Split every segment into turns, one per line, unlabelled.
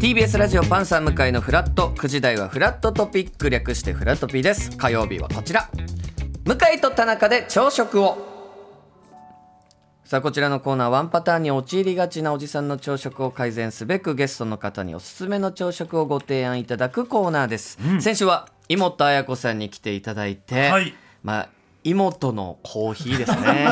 TBS ラジオパンサー向井のフラット9時台はフラットトピック略してフラトピです火曜日はこちら向井と田中で朝食をさあこちらのコーナーワンパターンに陥りがちなおじさんの朝食を改善すべくゲストの方におすすめの朝食をご提案いただくコーナーです、先週は妹彩子さんに来ていただいて、
はい
まあ妹のコーヒーですね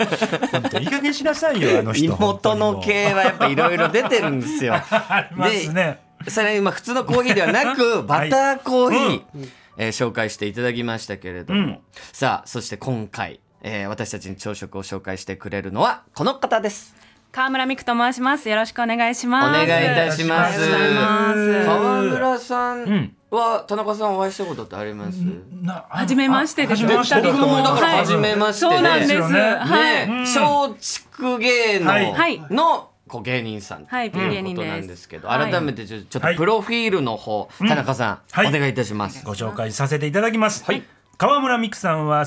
本当いい加減しなさいよあの人
妹の
系
系はやっぱいろいろ出てるんですよ
ありますね
さらにまあ普通のコーヒーではなく
は
バ
い
ターコーヒー、えー紹介していただきましたけれども、
うん
さあそして今回、えー私たちに朝食を紹介してくれるのはこの方です
川村美久と申します。よろしくお願いしま
お
す。
願いいたしま
あり
す
がとうございます
川村さ
うんん
は田中さんお会いしたことってあります、
なあ
初めましてです
あ初めまして
僕
僕もだから初めましてで、
そうなんです。
ですよね
はい。
ね
うん
松竹芸能
はい
のこう芸人さんと
はいいう芸
こ
人
と
です
なんですけど、
はい
改めてちょちょっ
は
と
い
プロフィールの方、田中さん、
はい
お願いいたします。
ご紹介させていただきます、
はい
川村美久さんは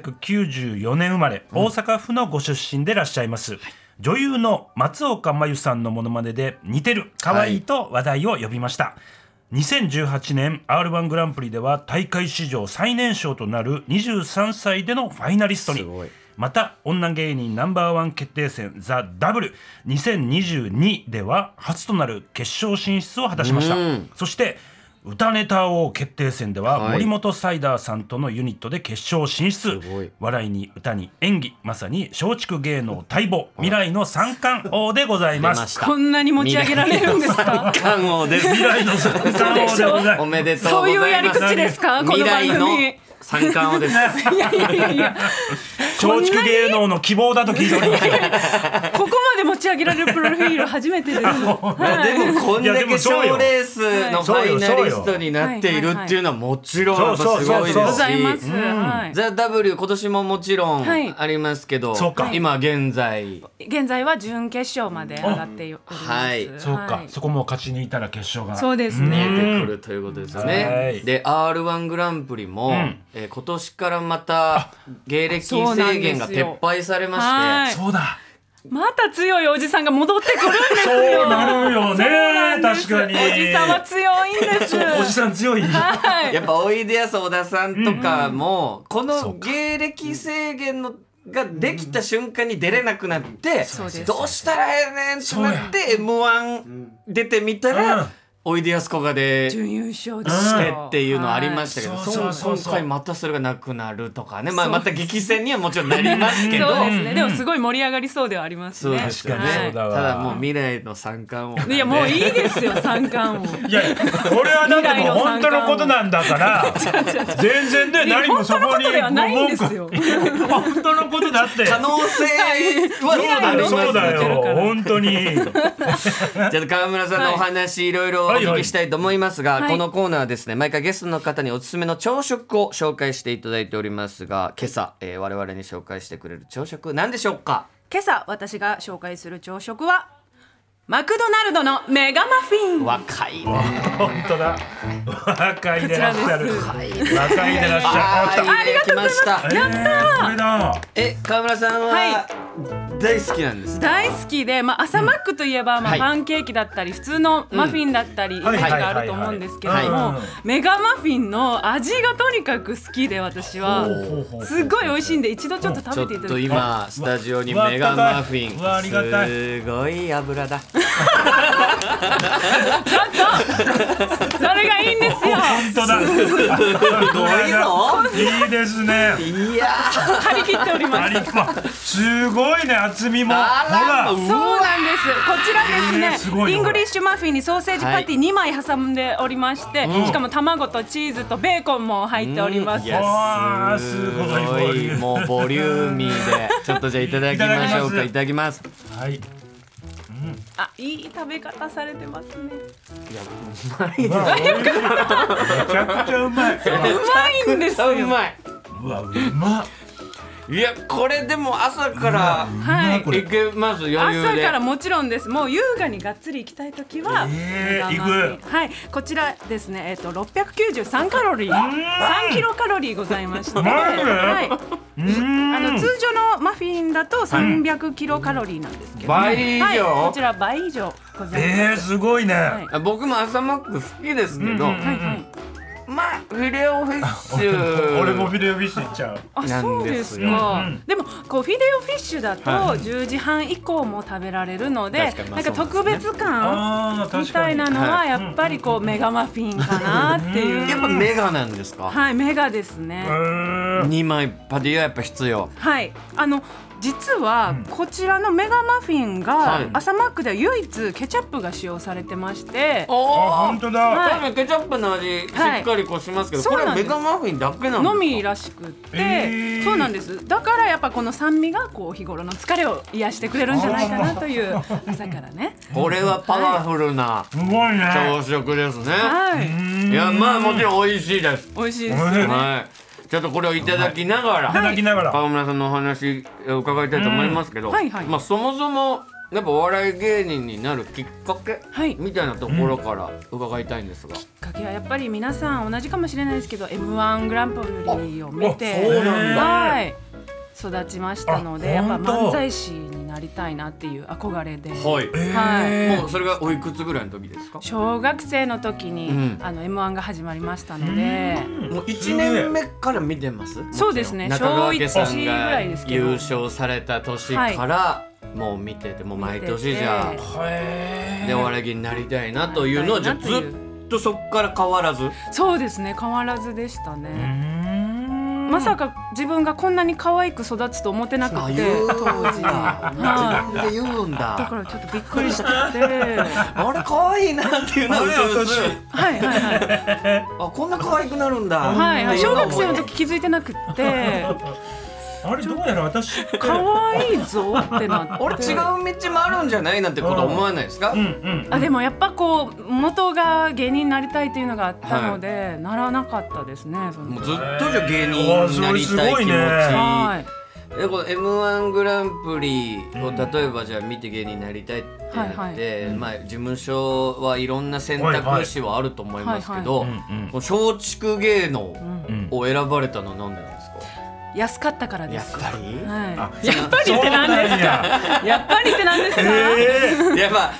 1994年生まれ、大阪府のご出身でいらっしゃいます、女優の松岡真由さんのモノマネで似てる可愛いと話題を呼びました、2018年 r 1グランプリでは大会史上最年少となる23歳でのファイナリストに
すごい
また女芸人ナンバーワン決定戦「ザ・ w 2022では初となる決勝進出を果たしました
うん
そして歌ネタ王決定戦では
はい
森本サイダーさんとのユニットで決勝進出、
すごい
笑いに歌に演技まさに松竹芸能待望未来の三冠王でござい
出ま
ま
し
す
た。
こんなに持ち上げられるんですか。
感応です。
未来の三冠王でござい
お
ま
めでとう
そ
ご
ういう
ざ
や
い
り
ます。
口ですか。こ
未
の番
来
組。
の三冠王 です。
いやいやいやいや。
す松竹芸能の希望だと聞いております
ここまで持ち上げられるプロフィール初めてです。はい
でもこん
いや
だ
で
け
も
賞
そうよ
レースのファイナリストになっているっていうのはもちろんす
そうそうそう
ごいで
ご
す
ざいます。
し。
はい。
ザ・ W 今年ももちろん
はい
ありますけど、
そうか
今現在
現在は準決勝まで上がっております。
はい
そうか、
はい
そこも勝ち抜いたら決勝が
そうです
見え
ね。
てくるということですよ
うんは
ね
い。
で r 1グランプリも、
ん
えー今年からまた芸歴
そうなん
制
で
限
す
が
よ
撤廃されま
は
して
い
そうだ
また強いおじさんが戻ってくるんですよ。
そうなるよね
そうなんです
確かに
おじさんは強いんです。
おじさん 強い
は い。
やっぱおいでやす小田さんとかも、この芸歴制限のができた瞬間に出れなくなって、
そうです
どうしたらええねんってなって m 1出てみたら、
うん
おいでやすこがで。
準優勝
してっていうのありましたけど、
うん
そう
そうそうそ
今
う
回またそれがなくなるとかね、まあ、
そう
また激戦にはもちろんなりますけど
そうです
う
ね。
ん
でもすごい盛り上がりそうではあります
そう
ね。
ですよね
確かにそうだわ
ただもう未来の三冠王なん
い
で
やもういいですよ三冠王。
いやこれはだってもう本当のことなんだ から全然ね何も
本
そ
当の
こ
こ
に
とではないんですよ。
本当のことだって
可能性は
能
そ
性
そうう
だ
だ
よ
よ本当に
じゃあ川村さんのお話いろいろお聞きしたいと思いますが、
はい
このコーナーはですね毎回ゲストの方におすすめの朝食を紹介していただいておりますが今朝、えー我々に紹介してくれる朝食何でしょうか
今朝私が紹介する朝食はマクドナルドのメガマフィン。
若いね
本当だ若いでらっしゃる若いでらっしゃる
ありがとうございました
やったこれだ
え川村さんは、
は
大好きなんですか
大好きで、まあ、朝マックといえば、ま
は
あ、
い
パンケーキだったり普通のマフィンだったりイメ
はい
ージがあると思うんですけれど
はい
はい
も
はい
メガマフィンの味がとにかく好きで私は
ほうほうほう
すごい美味しいんで一度ちょっと
ち
食
ょ
べてい
ったと
だき
今スタジオにメガマフィン
うわありがたい
すごい油だ
それがいいんですよ
本当だ
ご
いいですね
いやー
張り切っておりま
あ
す
りますごいね厚みもほ
あら
ら
う
そう
わ
なんですこちら
えー
ですす
ご
ね
い
イ
な
ングリッシュマフィンにソーセージパティ2枚挟んでおりましてしかも卵とチーズとベーコンも入っております
いやすご
わあすご
い
い
もうボリューミーでちょっとじゃあいただきましょうかい
い
ただきます
はい
あいい食べ方されてますね
うわめちゃくちゃうまいう
まいんですよ
うまいう
わうま
いやこれでも朝から
はい
こ
い
れ
けます余裕
朝
で
からもちろんですもう優雅にがっつり行きたいときは、
えー
メガマフィン
行
はいこちらですねえっ、と693カロリー
ん
3キロカロリーございまして
マジ
はい、
うーん
あの通常のマフィン分だと300キロカロリーなんですけど、
倍以上
はい、こちら倍以上ござい
え
ま
ー、
す。
すごいね、
はい
あ僕も朝マック好きですけど、
うんうん
はいはい。
まあフィレオフィッシュ
俺もビデオビッシュ行っちゃう
あ、そうです
な
か
んですよ。
でもこうフィデオフィッシュだと
は
10時半以降も食べられるので
確かに、ま
な
あ
んか特別感
あー
み
確
た
か
い
に
なのはやっぱりこうメガマフィンかなっていう。
やっぱメガなんですか、
はい、メガですね。
えー
二2枚パティはやっぱ必要
はい、あの実はこちらのメガマフィン
は
が
い
朝マックでは唯一ケチャップが使用されてまして、
おお
あ本当だ、
はい
多分ケチャップの味しっかりこうしますけど、
は
こ
い
れは
そうなんで
メ
す
ガマフィンだけなんですか
のみらしくって、
えー
そうなんです。だからやっぱこの酸味がこう日頃の疲れを癒してくれるんじゃないかなと いう朝からね。
これはパワフルな
すごいね
朝食ですね、
はいい、
い、やまあもちろん美味しいです、
美味しいです
おいし
よ
い
ね。
はいちょっとこれをいただきながら、
いただきながら、
川村さんのお話を伺いたいと思いますけど、
うんはいはい
まあそもそもやっぱお笑い芸人になるきっかけ、
はい
みたいなところから伺いたいんですが、
きっかけはやっぱり皆さん同じかもしれないですけど M1 グランプリを見
あ
て
そうなんだ
はい育ちましたので
あ
やっぱ
本当
漫才師になりたいなっていう憧れで、
はい、
はい
もうそれがおいくつぐらいの時ですか
小学生の時に、
うん
あの M1 が始まりましたので、
もう一年目から見てます
そうですね
もちろん中川家さ
小
ん
一ぐらいで
が
すけど
優勝された年から、もう見ててもう毎年じゃ
見て
あ
へー
でお笑い芸人になりたいなというのはじゃあ
なり
ず
たいなという
っとそこから変わらず
そうですね変わらずでしたね、
ん
まさか自分がこんなに可愛く育つと思ってなくて当時はい
自分で言うん
だ
だ
からちょっとびっくりして ては
あれ可愛いなっていうのは
あれ
うすうす
私
いはいはい
あこんな可愛くなるんだ
はいはい、
ってう
小
は
学生の時気づいてなく って
あれどうやら私って
可愛いぞってなって
俺違う道もあるんじゃないなんてこと思わないですか、
うんうん
あでもやっぱこう元が芸人になりたいというのがあったので、ならなかったですねその
もう
時
ずっとじゃあ芸人になりたい気持ち、
はい
えこの m 1グランプリを例えばじゃあ見て芸人になりたいってなって、
はいは
まあ、事務所はいろんな選択肢はあると思いますけど、
はいはいうんうん
この松竹芸能
うん
を選ばれたのは何でなんですか、
安かったからです
やっぱり
は
やっぱ
りってなんです
か
い、 やっぱりってなんですか、
やっぱ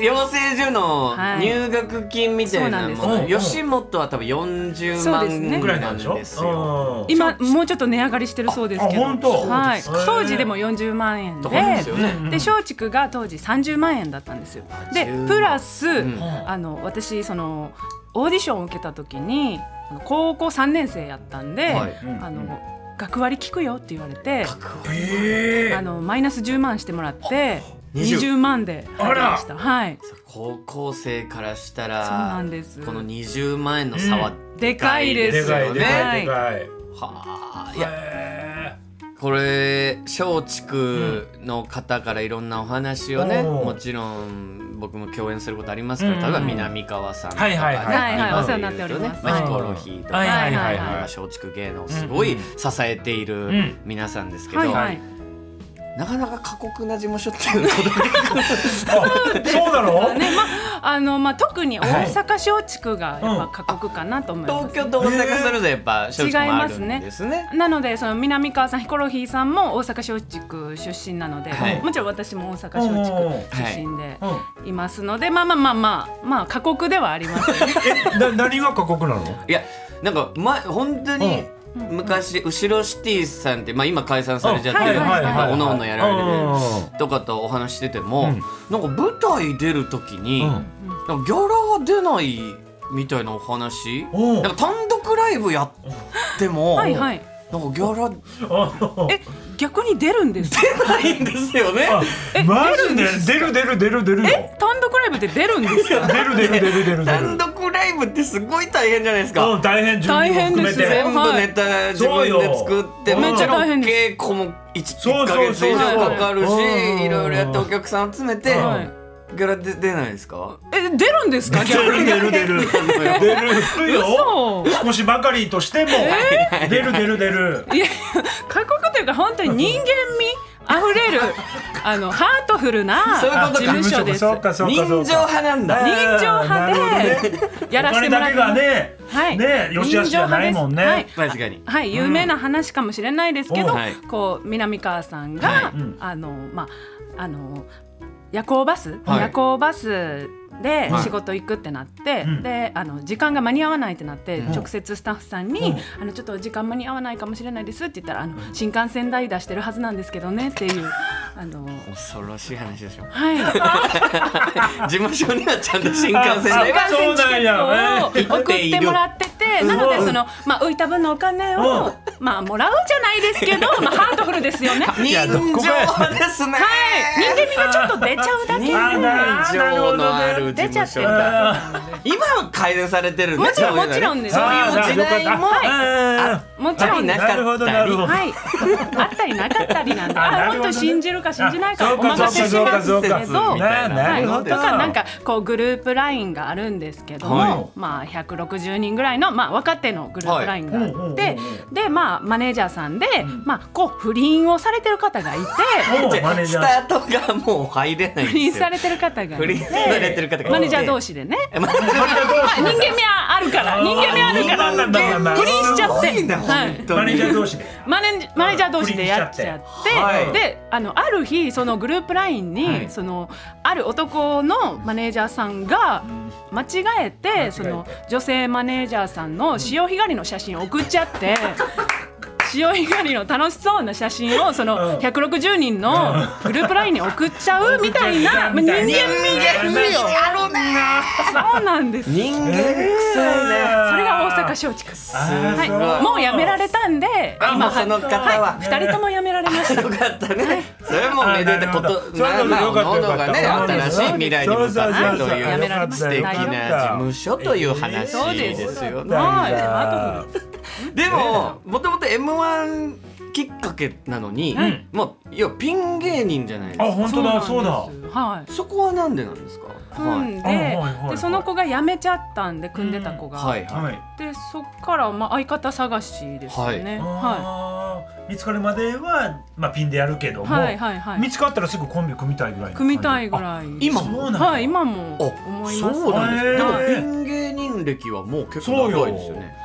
養成所の入学金みたいなもの、
はいそうなんです
吉本は多分40
そう
万
ですね
ぐ
ぐ
ら
ら
い
い
な
なんん
で
ですし
よ
ょ。うん
今もうちょっと値上がりしてるそうですけど
あ本当
はい
そうです、か
当時でも40万円で
とかですよね、
で松竹が当時30万円だったんですよ。で
10
プラス、
ん
あの私そのオーディションを受けた時にあの高校3年生やったんで、
はい
うん
あの学割聞くよって言われて、
え
あ
ー
のマイナス10万してもらって
20
20万で入りました。はい、
高校生からしたら
そうなんです
この20万円の差は、
う
でかいです。
でかいでか
はい
いでかい。
はあいや
へ
これ松竹の方からいろんなお話をね、
おー
もちろん僕も共演することありますから、
うん
例えば南川さんとか
は
ね
いはいはい
はいはい
今
お世話になっております
で言うとね
はい
ヒコロヒーとか、
はい
はいはい
まあ
はい
松竹芸能をすごい支えている
ん
皆さんですけど、
はいはい、
なかなか過酷な事務所っていうのは
ーそうなの？
ねまあのまあ特に大阪松竹がやっぱ過酷かなと思います、
東京と大阪それぞれやっぱ松竹もあるんですね。
なのでその南川さんヒコロヒーさんも大阪松竹出身なので、
はい
もちろん私も大阪松竹出身で
うん
いますので、まあまあまあまあまあ過酷ではありますよね。
えな何が過酷なの？
いやなんか前本当に昔後ろシティさんって、まあ、今解散されちゃって
はい
る
はいはい
まあおのおのやら
うん
れてるとかとお話ししてても、
うん
なんか舞台出る時に、
うん
なんかギャラが出ないみたいなお話
おう
なんか単独ライブやっても
はいはい。
なんかギャラ
あ
え逆に出るんですか。
出ないんですよね。
え
マジで出る出る出る出るよ。
単独ライブで出るんですか。
出る出る出る出る出
単
る。
独ライブってすごい大変じゃないですか。
うん大変準備も含め
大変です
て
よ。
全部ネタ自分で作って
はい
もちろん
めっちゃ大変で
稽古も 1,
そう
ヶ
そう
月
そう
以上かかるし
はい
いろいろやってお客さん集めてギ
は
ャラで出ないです か
え出るんですか。
出る出る出る出るよ。
嘘。
少しばかりとしても出る出る出る。
いや過酷というか本当に人間味溢れるあのハートフルな
そういうことか
事務所です。
そうかそうか
人
そうか
情派なんだ
人情派でやらせてもらっ
お金だけ
てます
がね、
はい
ね、よしあしじゃないもんね。
はい
確かに
はい、有名な話かもしれないですけ
うん
ど、
はい
こう南川さんが、
はい
うん
あのまああの夜行バス、
はい
夜行バスで
はい
仕事行くってなって、
うん
であの時間が間に合わないってなって、
うん
直接スタッフさんに、
うん
あのちょっと時間間に合わないかもしれないですって言ったらあの新幹線代出してるはずなんですけどねっていうあの
恐ろしい話でしょ
はい
事務所にはちゃんと新幹線で
ああ
新幹線チケットを送ってもらっててなのでその、まあ、浮いた分のお金
うん
を、まあ、もらうじゃないですけ ど、まあ、ハートフルですよね。はい、
人
やどこが
情派ですね
人間味がちょっと出ちゃうだけ
人情のある事
出ちゃ
務所
ってる
だ
あ
今は改善されてるね
もちろん
そういうのね
もちろんです
そういう
あー
時代も
あ
ーもちろん
な
ね
かった
なるほどなるほど。
はい、あったりなかったりなんで、
あなる
あ
ほどね
本当信じるか信じないか
あ
お任せします
そうかそうかそう
け
か
そ
ど
うか。
な
は、
ないるほ
と
ど。
かなんかこうグループラインがあるんですけども、
はい
まあ160人ぐらいのまあ若手のグループラインがあって、
はい
でまあマネージャーさんで、まあこう不倫をされてる方がいて、
おうマネージ
ス
ャー。
タートがもう入れないん
不倫
ですよ
されてる方が
不
い
倫
て、
されてる方が
マネージャー同
士
士でね、
マネージャー同士
人間味はあるから、人間味
あ
あるか
ー人間味なんだ
ら不倫しちゃ
す
っ
ごい
て、
な
はい
本。
マ
当
ネージャー
に
同士で。
マネマネージャー同士でやっちゃっ
はい
て、で、あのある日そのグループライン
はい
にそのある男のマネージャーさんが間違えてその女性マネージャーさんの潮干狩りの写真を送っちゃ って。潮干狩りの楽しそうな写真をそ
うん
の160人のグループラインに 送っちゃうみたいな人間味ですよ。そうなんです。
人間臭いね
それが大阪松竹。
あー
はい、
そう
もうやめられたんで、
あもうその方は
はい、二人ともやめられました。
よかったね。それもめでたいこ
あなる
と
ほ、ど
まあまあ、
そうそ
お
うそう
のおのがね、
よかったよ
新
かった
しい未来に向かってと
そうそうそうそうやめられ
いう
ました
素敵な事務所という話
そうです
ですよね。
はい
あー
でも、もともと M1 きっかけなのに
うん、
もう、いや、ピン芸人じゃないです
あ
か。
本当だそうだ。
なんですはい。
そこはなんでなんですかは
組ん
い。
で、
はいはいはいはい
でその子が辞めちゃったんで組んでた子が、
はい。
はい。
でそっからまあ相方探しですよね。は
あー見つかるまではまあピンでやるけど
い、
も、
はい、はい、はい
見。つかったらすぐコンビ組みたいぐらいの感じ。
組みたいぐ
あ。
らい。
今
そう
も
なんだ
はい、今も
あ
思います。
そうなんですね。でも
へー
ピン芸人歴はもう結構長いですよね。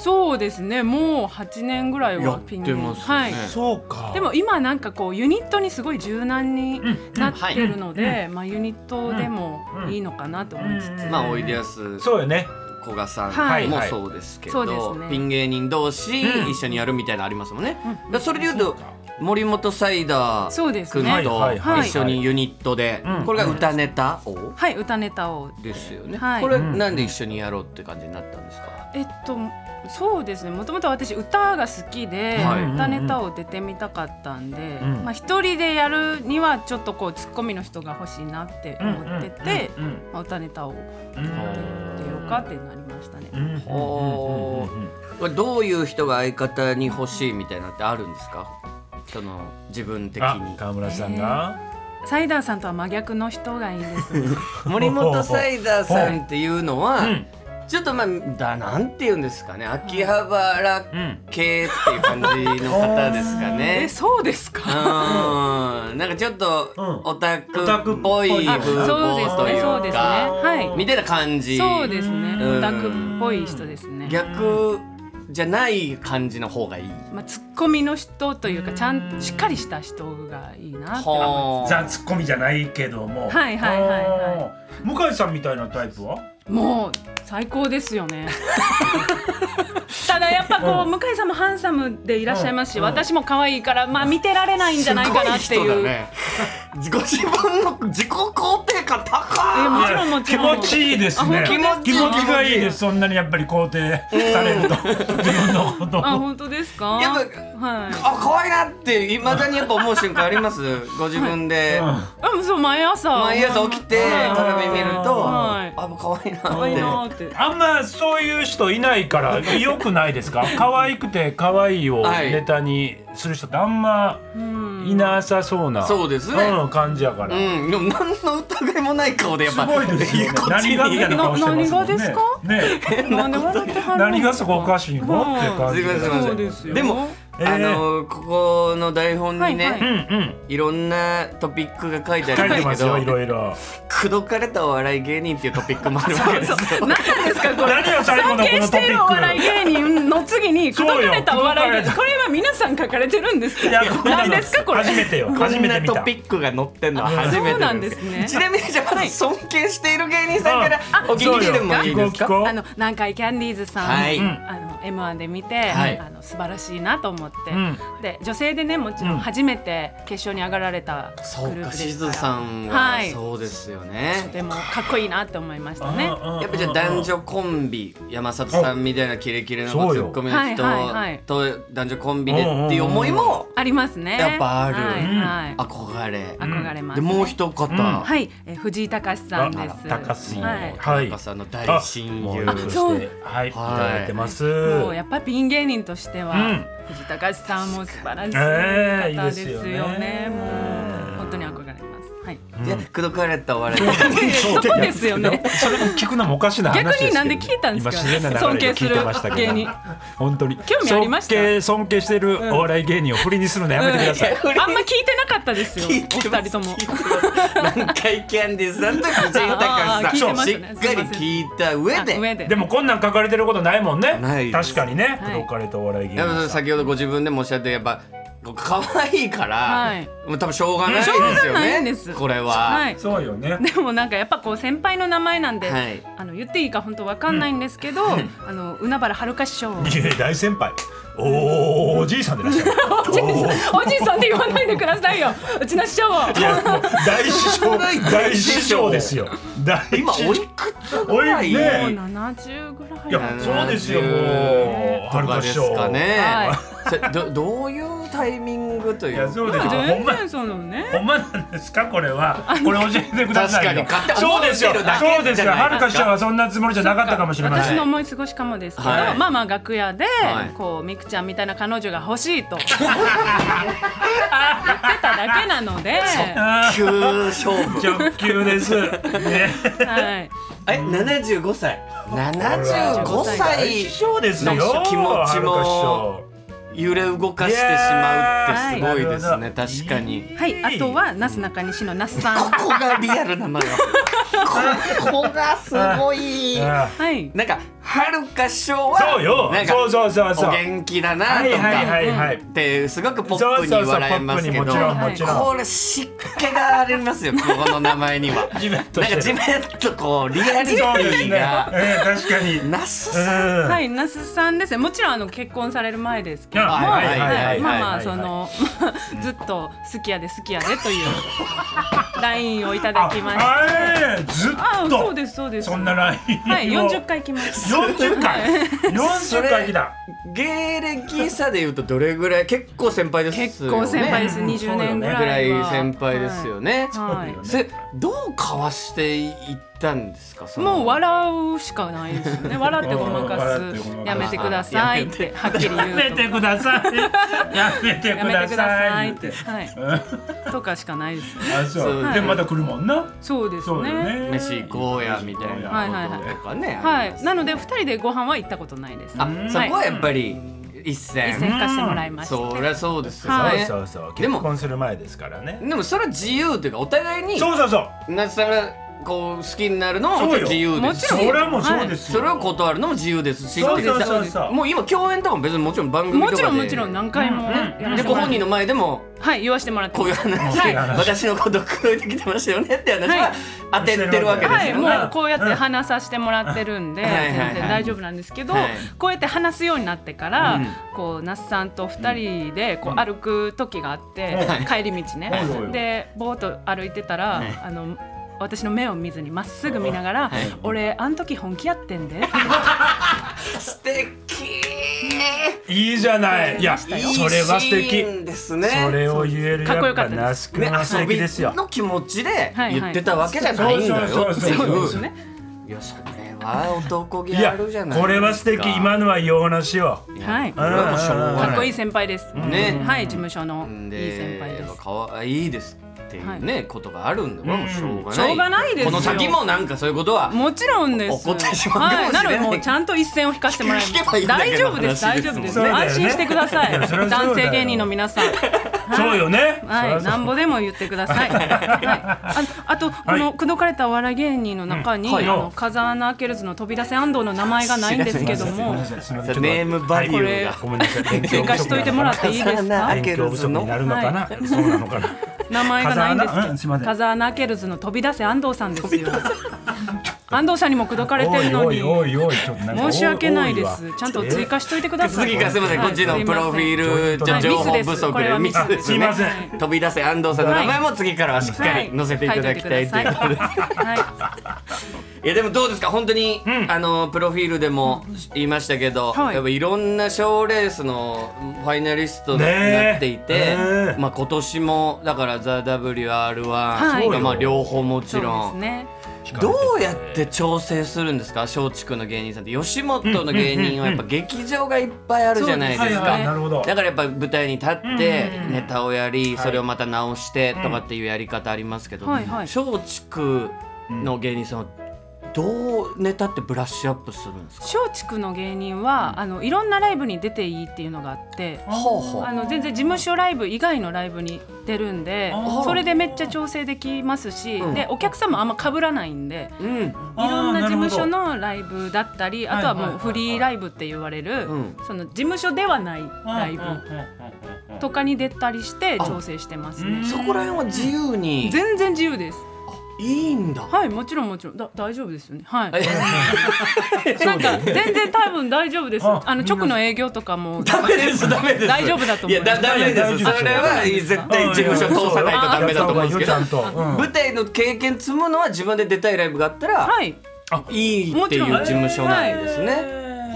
そうですね、もう八年ぐらい
や
は
って
ピン芸人
ますよね
はい。
そうか。
でも今なんかこうユニットにすごい柔軟になってるの
うんうん
で、まあユニットでもいいのかなと思いつつ、
うん
まあ、おいでやす
そうよね。
古賀さ
はい
んもそうですけ
そ
ど、
うですね
ピン芸人同士
うん
一緒にやるみたいなのありますもんね、
うん
だからそれでいうと森本サイダー
そうです
君
ね。
はい
と
はい
一緒にユニットで、
うん
これが歌ネタを
はい、歌ネタを。
ですよね、
はい
これなんで一緒にやろうって感じになったんですか、
えっと、そうですね。もともと私歌が好きで、
はい
歌ネタを出てみたかったんで、
うん
まあ一人でやるにはちょっとこうツッコミの人が欲しいなって思ってて、
うんうん
まあ歌ネタを出
うんうん
ようかってなりましたね。
うんうんうんうん
ほーこれどういう人が相方に欲しいみたいなのってあるんですかその自分的
あ
に
川村さんが
サイダーさんとは真逆の人がいいです。
森本サイダーさんっていうのは、
うん
ちょっとまあだなんて言うんですかね秋葉原
うん
系っていう感じの方ですか
え、
ね。
そうです
う
か。
ん、なんかちょっと
うん
オタクっぽい
オタ
風
クっぽい
そうです
貌とい
ね、そう
う
ですね。
か、
はい。
みたいな感じ。
そうですね。
うん
オタクっぽい人ですね。
逆じゃない感じの方がいい。
まあツッコミの人というかちゃんしっかりした人がいいなって思い
は
ザツッコミじゃないけども
はいはいはいは
あー向井さんみたいなタイプは
ます。もう最高ですよね。 ただやっぱこう向井さんもハンサムでいらっしゃいます
う
し、
んうん
私も可愛いからまあ見てられないんじゃないかなって
すご
い
人
う。
だね。ご自分の自己肯定感
えも
高
ち
い。
ろんもち
気
ろ
持
ん。
ちいいですね
あ本当
気
で
持
す
ち
か
がいいですそんなにやっぱり肯定されると自分のことを
あ本当ですか。
やっ
はい。
あ、可愛いなって未だにやっぱ思う瞬間あります。ご自分で。
あもうそう毎朝。
毎朝起きて
はい
鏡見ると、
はい
あもう可愛いなって
可愛いなーって。
あんまそういう人いないから良くないですか可愛くて可愛いを
はい
ネタにする人ってあんま
うん
いなさそうな、
そうですね
ん感じやから、
うん、でも何の疑いもない顔でやっぱ
すごいですよ、ね
こ、っち
何
に
がみたいな顔してますもんね
な何がですか
ね
なんで笑ってはるの
何がそこおかしいのって感
す
じ
いませんすいません
そうですよ
でも
え
あ
ー
のここの台本にね、
はい
い
うん
ろんなトピックが書いて
うん
あ
書い
る
て
んだ
ま
け
すよい
ど
ろいろ
「口説かれたお笑い芸人」っていうトピックもあるわけですよ。
何なんですかこれ
何よ最後の
尊
こ
敬
の
し
トピ
ているお笑い
ック
芸人の次に口
そう
説
よ
かれたお笑い芸
口説かれ
人
た
これは皆さん書かれてるんですけ
いやこん
ど
な
何
の
ですかこれ
初めてよ
こ
初
ん
めて
な
見
ト
た
ピックが載ってんのは初めて
そうなんですね
ちなみにじゃあまず尊敬している芸人さんから
あ
お聞きしてもいいです
聞こう
か
聞こ
あの南海キャンディーズさん、
はい
うん
あの M1 で見て、
はい
あの素晴らしいなと思って、
うん
で女性でねもち
う
ろ
ん
ん初めて決勝に上がられた
そ
グ
う
ルー
か
プで
し
す
ず
から
さんは
はい
そうですよね。
でもかっこいいなって思いましたね
うんうんうんうん
やっぱじゃあ男女コンビ山里さんみたいなキレキレのツ
そうよ
ッコミの人
はいはいはい
と男女コンビでっていう思いも
ありますね
やっぱある
はいはい
憧れ。
憧れます
で
ね、
もう一方、
ん
は
はい、えー藤井隆さんです
あ高杉
はい
はい
さんの大親
もう
友
よろしく
そう
してはいい
はい
ただいてます
もうやっぱりピン芸人としては、
うん
藤井隆さんも素晴らしい
ええ
方ですよ
いいですよね
ね。も
うん
う本当に憧れます。はい。
で口説かれた笑い。
そう
そこですよね
それも聞くのもおかしな話ですけど
逆になんで聞いたんですか
今自然な流れで聞いてましたけど
尊敬する芸人
本当に興
味ありました
尊敬尊敬してるお笑い芸人を振りにするのやめてください、
あんま聞いてなかったですよ。お
聞いてます
二人と も。
南海キャンディーズさんと藤井
あー
隆
聞い
さ
て
ん、
ま
しっ
し
た
ね
かり聞いた上で。
上で。
でもこんなん書かれてることないもんね
ないです
確かにね
は
口
い
説かれたお笑い芸
やっ
人
ぱ
さん
先ほどご自分でもおっしゃってやっぱ可愛いから、
はい
もう多分しょうがないです
しょう
よ
がない
ね。
んです
これは。
はい。
そうよね
でもなんかやっぱこう先輩の名前なんで、
はい
あの言っていいか本当わかんないんですけど、あの海原はるか師匠。
いや大先輩おーおじいさんでいらっしゃる
おじいさん、おじいさんって言わないでくださいよ。うちの師匠を。
いやもう大師匠大師匠ですよ大師匠
今おいくつぐらい
おいね
もう七十ぐらい。
いやそうですよもう
70
は
と
る
か
か
で
師
す
匠
かね。
は
そ れどどういうタイミングとい
いうや
か。
そうですよほん
全
ま
然そのね。
ほんまなんですかこれはこれ教えてくださいよ
確かに勝手に
そうですよ
思ってるだけじゃないで
そうですす
か
よはるか師匠はそんなつもりじゃなかったかもしれませ
私
ん
の思い過ごしかもですけど、
はい
まあまあ楽屋で、
はい
こうみくちゃんみたいな彼女が欲し いと言ってただけなので、
あ
急勝負。
ー直球ですね
は い、
え、七十五歳。七十五
大
歳
師匠ですよ
なんか気持ちも
はるか師匠
揺れ動かしてしまうってすごいです
いや
ね。
ー
確かに。
はい、あとはなすなかにしの那須さ
こ、
ん
こがリアルな のよ。ここがすごい。
あ
はい、
なんかはるか師匠は
ーそうよ
なんか
そうそうそうそう
お
はい
元気だなとか、
はいはいはい
ってすごくポ
そ
ッ
う
プ
そ
に
うそうポ
笑えま
ッ
す
プ
けど
にもちろんもちろ
こ
ん
れ湿気がありますよここの名前に は
地面と
なん
して
か
る
地面とこうリアリテ
そうです
ィ
ね
が
えー確かにうん
なすさん
はい、那須さんですね。もちろんあの結婚される前ですけども、
は
はい
い
はい
は
はい
いまあまあその ずっと好きやで好きやでというラインをいただきました。
あえーず
あ、
っと
そうですそうです。
そんなライン
はい、四十回来ました。
40回
そ
40
れ
回来た
芸歴差でいうとどれぐらい結構先輩です
結
よね
構先輩です。
うん
二十年ぐ
ぐら
らい
い
は。
先輩ですよね、
はい。は
そう
い
だよね
それどうかわしていったんですかその
もう笑うしかないですよね。 笑ってごまか
笑ってごまか
す。
す
やめてくださいってはっきり
や
言
め
う
て
と。
くださいやめて
や
く
め
だ
てくだ
さ
さい
いっ
って。
て
はい。とかしかないです。
あ
そう
そうでまた来るもんな
そうです
そうよ
ね。
ね
飯行こうやみたい
はいはい
な
はい
こととかね、
はい。なので二人でご飯は行ったことないです。
あ
はい
そこはやっぱり一
一
線
戦化してもらいました。
そりゃそうですよ
そう
ね、
そうそう
で
結
も
婚する前ですからね
でもそれは自由というかお互いに
そうそうそう
夏さんがこう好きになるのも
そうよ
自由ですし
そ
もちろん
れはもうそうです
そ
よ
れを断るのも自由ですし
そうそう
だ
そう
か
そ
ら
う
もう今共演とかも別にもちろん番組と
も
かで
ちろんもちろん何回
うん
も
うん
やら
で
せて
ご
もらっ
本
て
人の前でも
はい言わせてもらって
こういう
ます。
話、
はい
私のこと口説いてきてましたよねって話は当ててるわけですよね、
はい、もうこうやって話させてもらってるんで
はいはいはい
全然大丈夫なんですけど、
はい
こうやって話すようになってから、
うん
こう那須さんと二人でこう
うん
歩く時があって、
はい
帰り道ね、
はいはい
でぼーっと歩いてたら、
はい
あの私の目を見ずにまっすぐ見ながら
はい
「俺あん時本気やってんで」
素敵
いいじゃないいやそ
いい
れは素
シ
敵
ーンですね
それを言える
かっこ
やっ
よか
ぱ
ったです
那須君
ね
は素
遊
敵
び
ですよ
の気持ちで
はいはい
言ってたわけじゃないんだよ
そう
って
そうそう
い
そう
ういやそれは男気
いや
あるじゃないですか
これは素敵今のはいいお話を
はい
これはもうしょうがない
かっこいい先輩です、
ね
はい事務所のいい先輩です
かわいいですっていうね、ことがあるんで、これはもうしょうがない。
しょうがないですよ
この先もなんかそういうことは。
もちろんです
怒ってしまうかもしれない
はなのでもうちゃんと一線を引かせてもらい
引けばいいんだ
大
けど
丈夫です
話
大
です
丈
も
夫
んね
です安心してくださ
いや
い
そりゃそうだよ
男性芸人の皆さん
そうよね。
はい、
そりゃ
なんぼでも言ってください。はい、ああと、この口説かれたお笑い芸人の中に、
うんはい
あのカザーナ・アケルズの飛び出せ安藤の名前がないんですけども。
そう
さあネームバリュ
こ
ー
れ
が。
ごめんな さい。
追加しといてもらっていいですか。
アケ
勉強
ル
不
ズ
足
の
になるのかな。そうなのかな。
名前がないんです
カザーナうんすいません
カザーナ・アケルズの飛び出せ安藤さんですよ。安藤さんにも口説かれてるの
お
に
い。おいおいちょっとなんか多
申し訳ないで
多
す
わ。
ちゃんと追加しといてください。
次がすみません、
は
こっちのプロフィ
すい
ールじゃ
はい
情報不
ミスです
足
これ
で
は
ミ
ミ
ス
ス
ですね。
すいません
飛び出せ安藤さんの名前も次からはしっかり載せていただきたいということで。
ませんはい書いといてくださ
いやでもどうですか本当に、
ん
あのプロフィールでも言いましたけど、
はい
やっぱいろんな賞ーレースのファイナリストに
ねえ
なっていて、
ねえ
まあ今年もだから「ザ・ w r 1
い
とかまあ両方も
い。
ち
そうで
ろ
す
ん、
ね。
どうやって調整するんですか松竹の芸人さんって吉本の芸人はやっぱ劇場がいっぱいあるじゃないです
そうです
か。
はいはい
なるほど。
だからやっぱ舞台に立ってネタをやりそれをまた直してとかっていうやり方ありますけど
はいはい
松竹の芸人さんはどうネタってブラッシュアップするんですか
松竹の芸人はあのいろんなライブに出ていいっていうのがあって
ほうほう
あの全然事務所ライブ以外のライブに出るんで
あー
それでめっちゃ調整できますし、
うん
でお客さんもあんま被らないんで
うん
いろんな事務所のライブだったりあとはもうフリーライブって言われる、
うん
その事務所ではないライブ
ブ
とかに出たりして調整してます
う
ね
ん。
そこら辺は自由に
全然自由です。
いいんだ
はい、もちろんもちろん、だ大丈夫ですよね。はい。
え
なんか全然多分大丈夫です。
あ
あの直の営業とかも
ダメですダメです
大丈夫だと思います
やだダメですそれは絶対事務所通さないとダメだと思うんですけど
やった方がいいよちゃんとうん
舞台の経験積むのは自分で出たいライブがあったら
はい。
いいっていう事務所なんですね。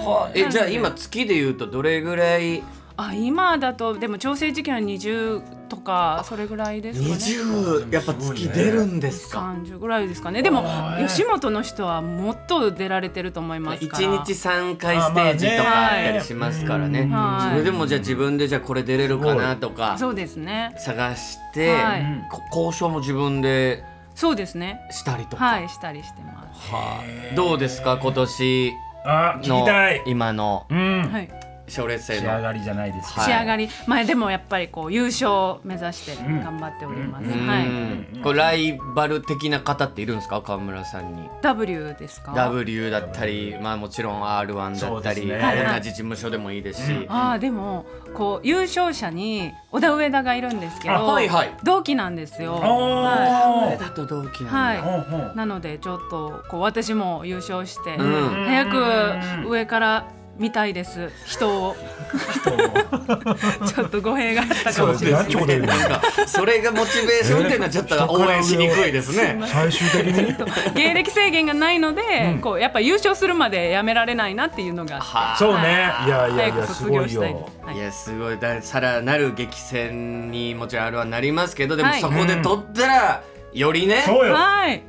はあ、え
はい
じゃあ今月で言うとどれぐらい
あ今だとでも調整時期は20とかそれぐらいですかね。
20やっぱ月出るんですか
30ぐらいですかね。でも吉本の人はもっと出られてると思います
一
から。
日3回ステージとかあったりしますからね、
まあねはい
それでもじゃあ自分でじゃあこれ出れるかなとか
そうですね。
探して、
はい
こ交渉も自分で
そうですね。
したりとか、
はいしたりしてます。
はいどうですか今年
あ聞き
の
たい。
今の
うん。
はい。
賞レース
仕
生
上
の
がりじゃないですか。
はい
仕上がり、まあでもやっぱりこう優勝目指して頑張っております。
う
はい。
んこれライバル的な方っているんですか川村さんに
W ですか。
W だったり、まあ、もちろん r 1だったり、
そうです
ね
同じ事務所でもいいですし、
ああでもこう優勝者に小田上田がいるんですけど、
あはいはい
同期なんですよ。
おー
こ
は
れだと同期
い。
なんだ、
ほ
は
うほう
い。なのでちょっとこう私も優勝して、
ん
早く上から見たいです人を ちょっと語弊があったかもしれない。
ちょうどいいね
なんか それがモチベーションっていうのはちょっと応援しにくいですね。
最終的に。
芸歴制限がないので、こうやっぱ優勝するまでやめられないなっていうのが
は
そうね。い
は
や
い
いや
早
い
く
やす
卒
ご
業
い
したいで
よ
す。。
あ
はいい
やすごいださらなる激戦にもちろん r 1なりますけどでも
はい
そこで取ったらよりね、
そうよ。
はい。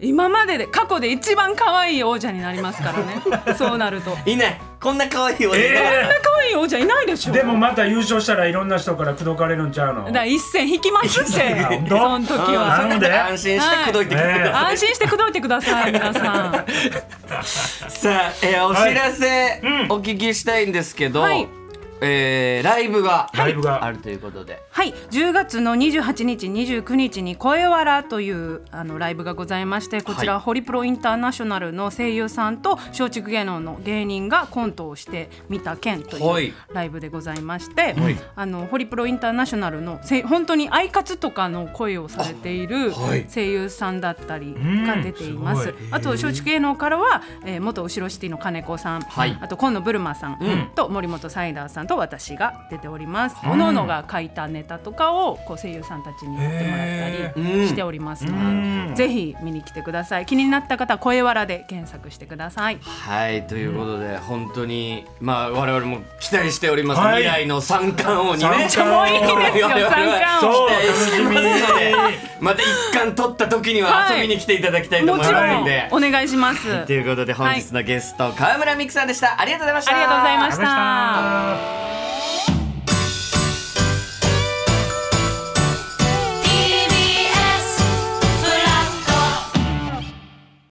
今までで過去で一番可愛い王者になりますから ね。そうなると。
い、ないこんな可愛い俺が、
え
可愛い王者いないでし
え。
ょ。
でもまた優勝したらいろんな人から口説かれるんちゃうの
だ。から一線引きます って。
あ
そ
本
の
当
時
うん
な
は。
んで
安心して口説いてくれた、
安心して口説いてください皆さん。
さあ、えーお知らせ
いうん
お聞きしたいんですけど、
はい
えーライブが
ライブが
あるということで。
はい、10月の28日、29日に声わらというあのライブがございまして、こち
は
らホリプロインターナショナルの声優さんと松竹芸能の芸人がコントをしてみた件と
はいいう
ライブでございまして、
はい
あのホリプロインターナショナルのせい本当にアイカツとかの声をされている
あはい
声優さんだったりが出ていま
う
す
んすごい。
あと松竹芸能からは、えー元後ろシティの金子さん、
はい
あと今野ブルマさんと森本サイダーさんと私が出ております。各々が書いたネタとかをこう声優さんたちにやってもらった
へー
りしておりますので、
うん
ぜひ見に来てください気になった方は声わらで検索してください
はいということで、本当にまあ我々も期待しております、
はい
未来の三冠王にね
三冠王もういいです
よ
我々は
三冠
王
期待してますので
そう楽し
また一冠取った時には
はい
遊びに来ていただきたいと
も
思
ち
い
ろ
ます
ん
んで、
お願いしますあ
と
り
いうことで本日のゲスト、川村美樹さんでしたありがとうございました
がとうございま
ありがと
し
うござい
た
ました。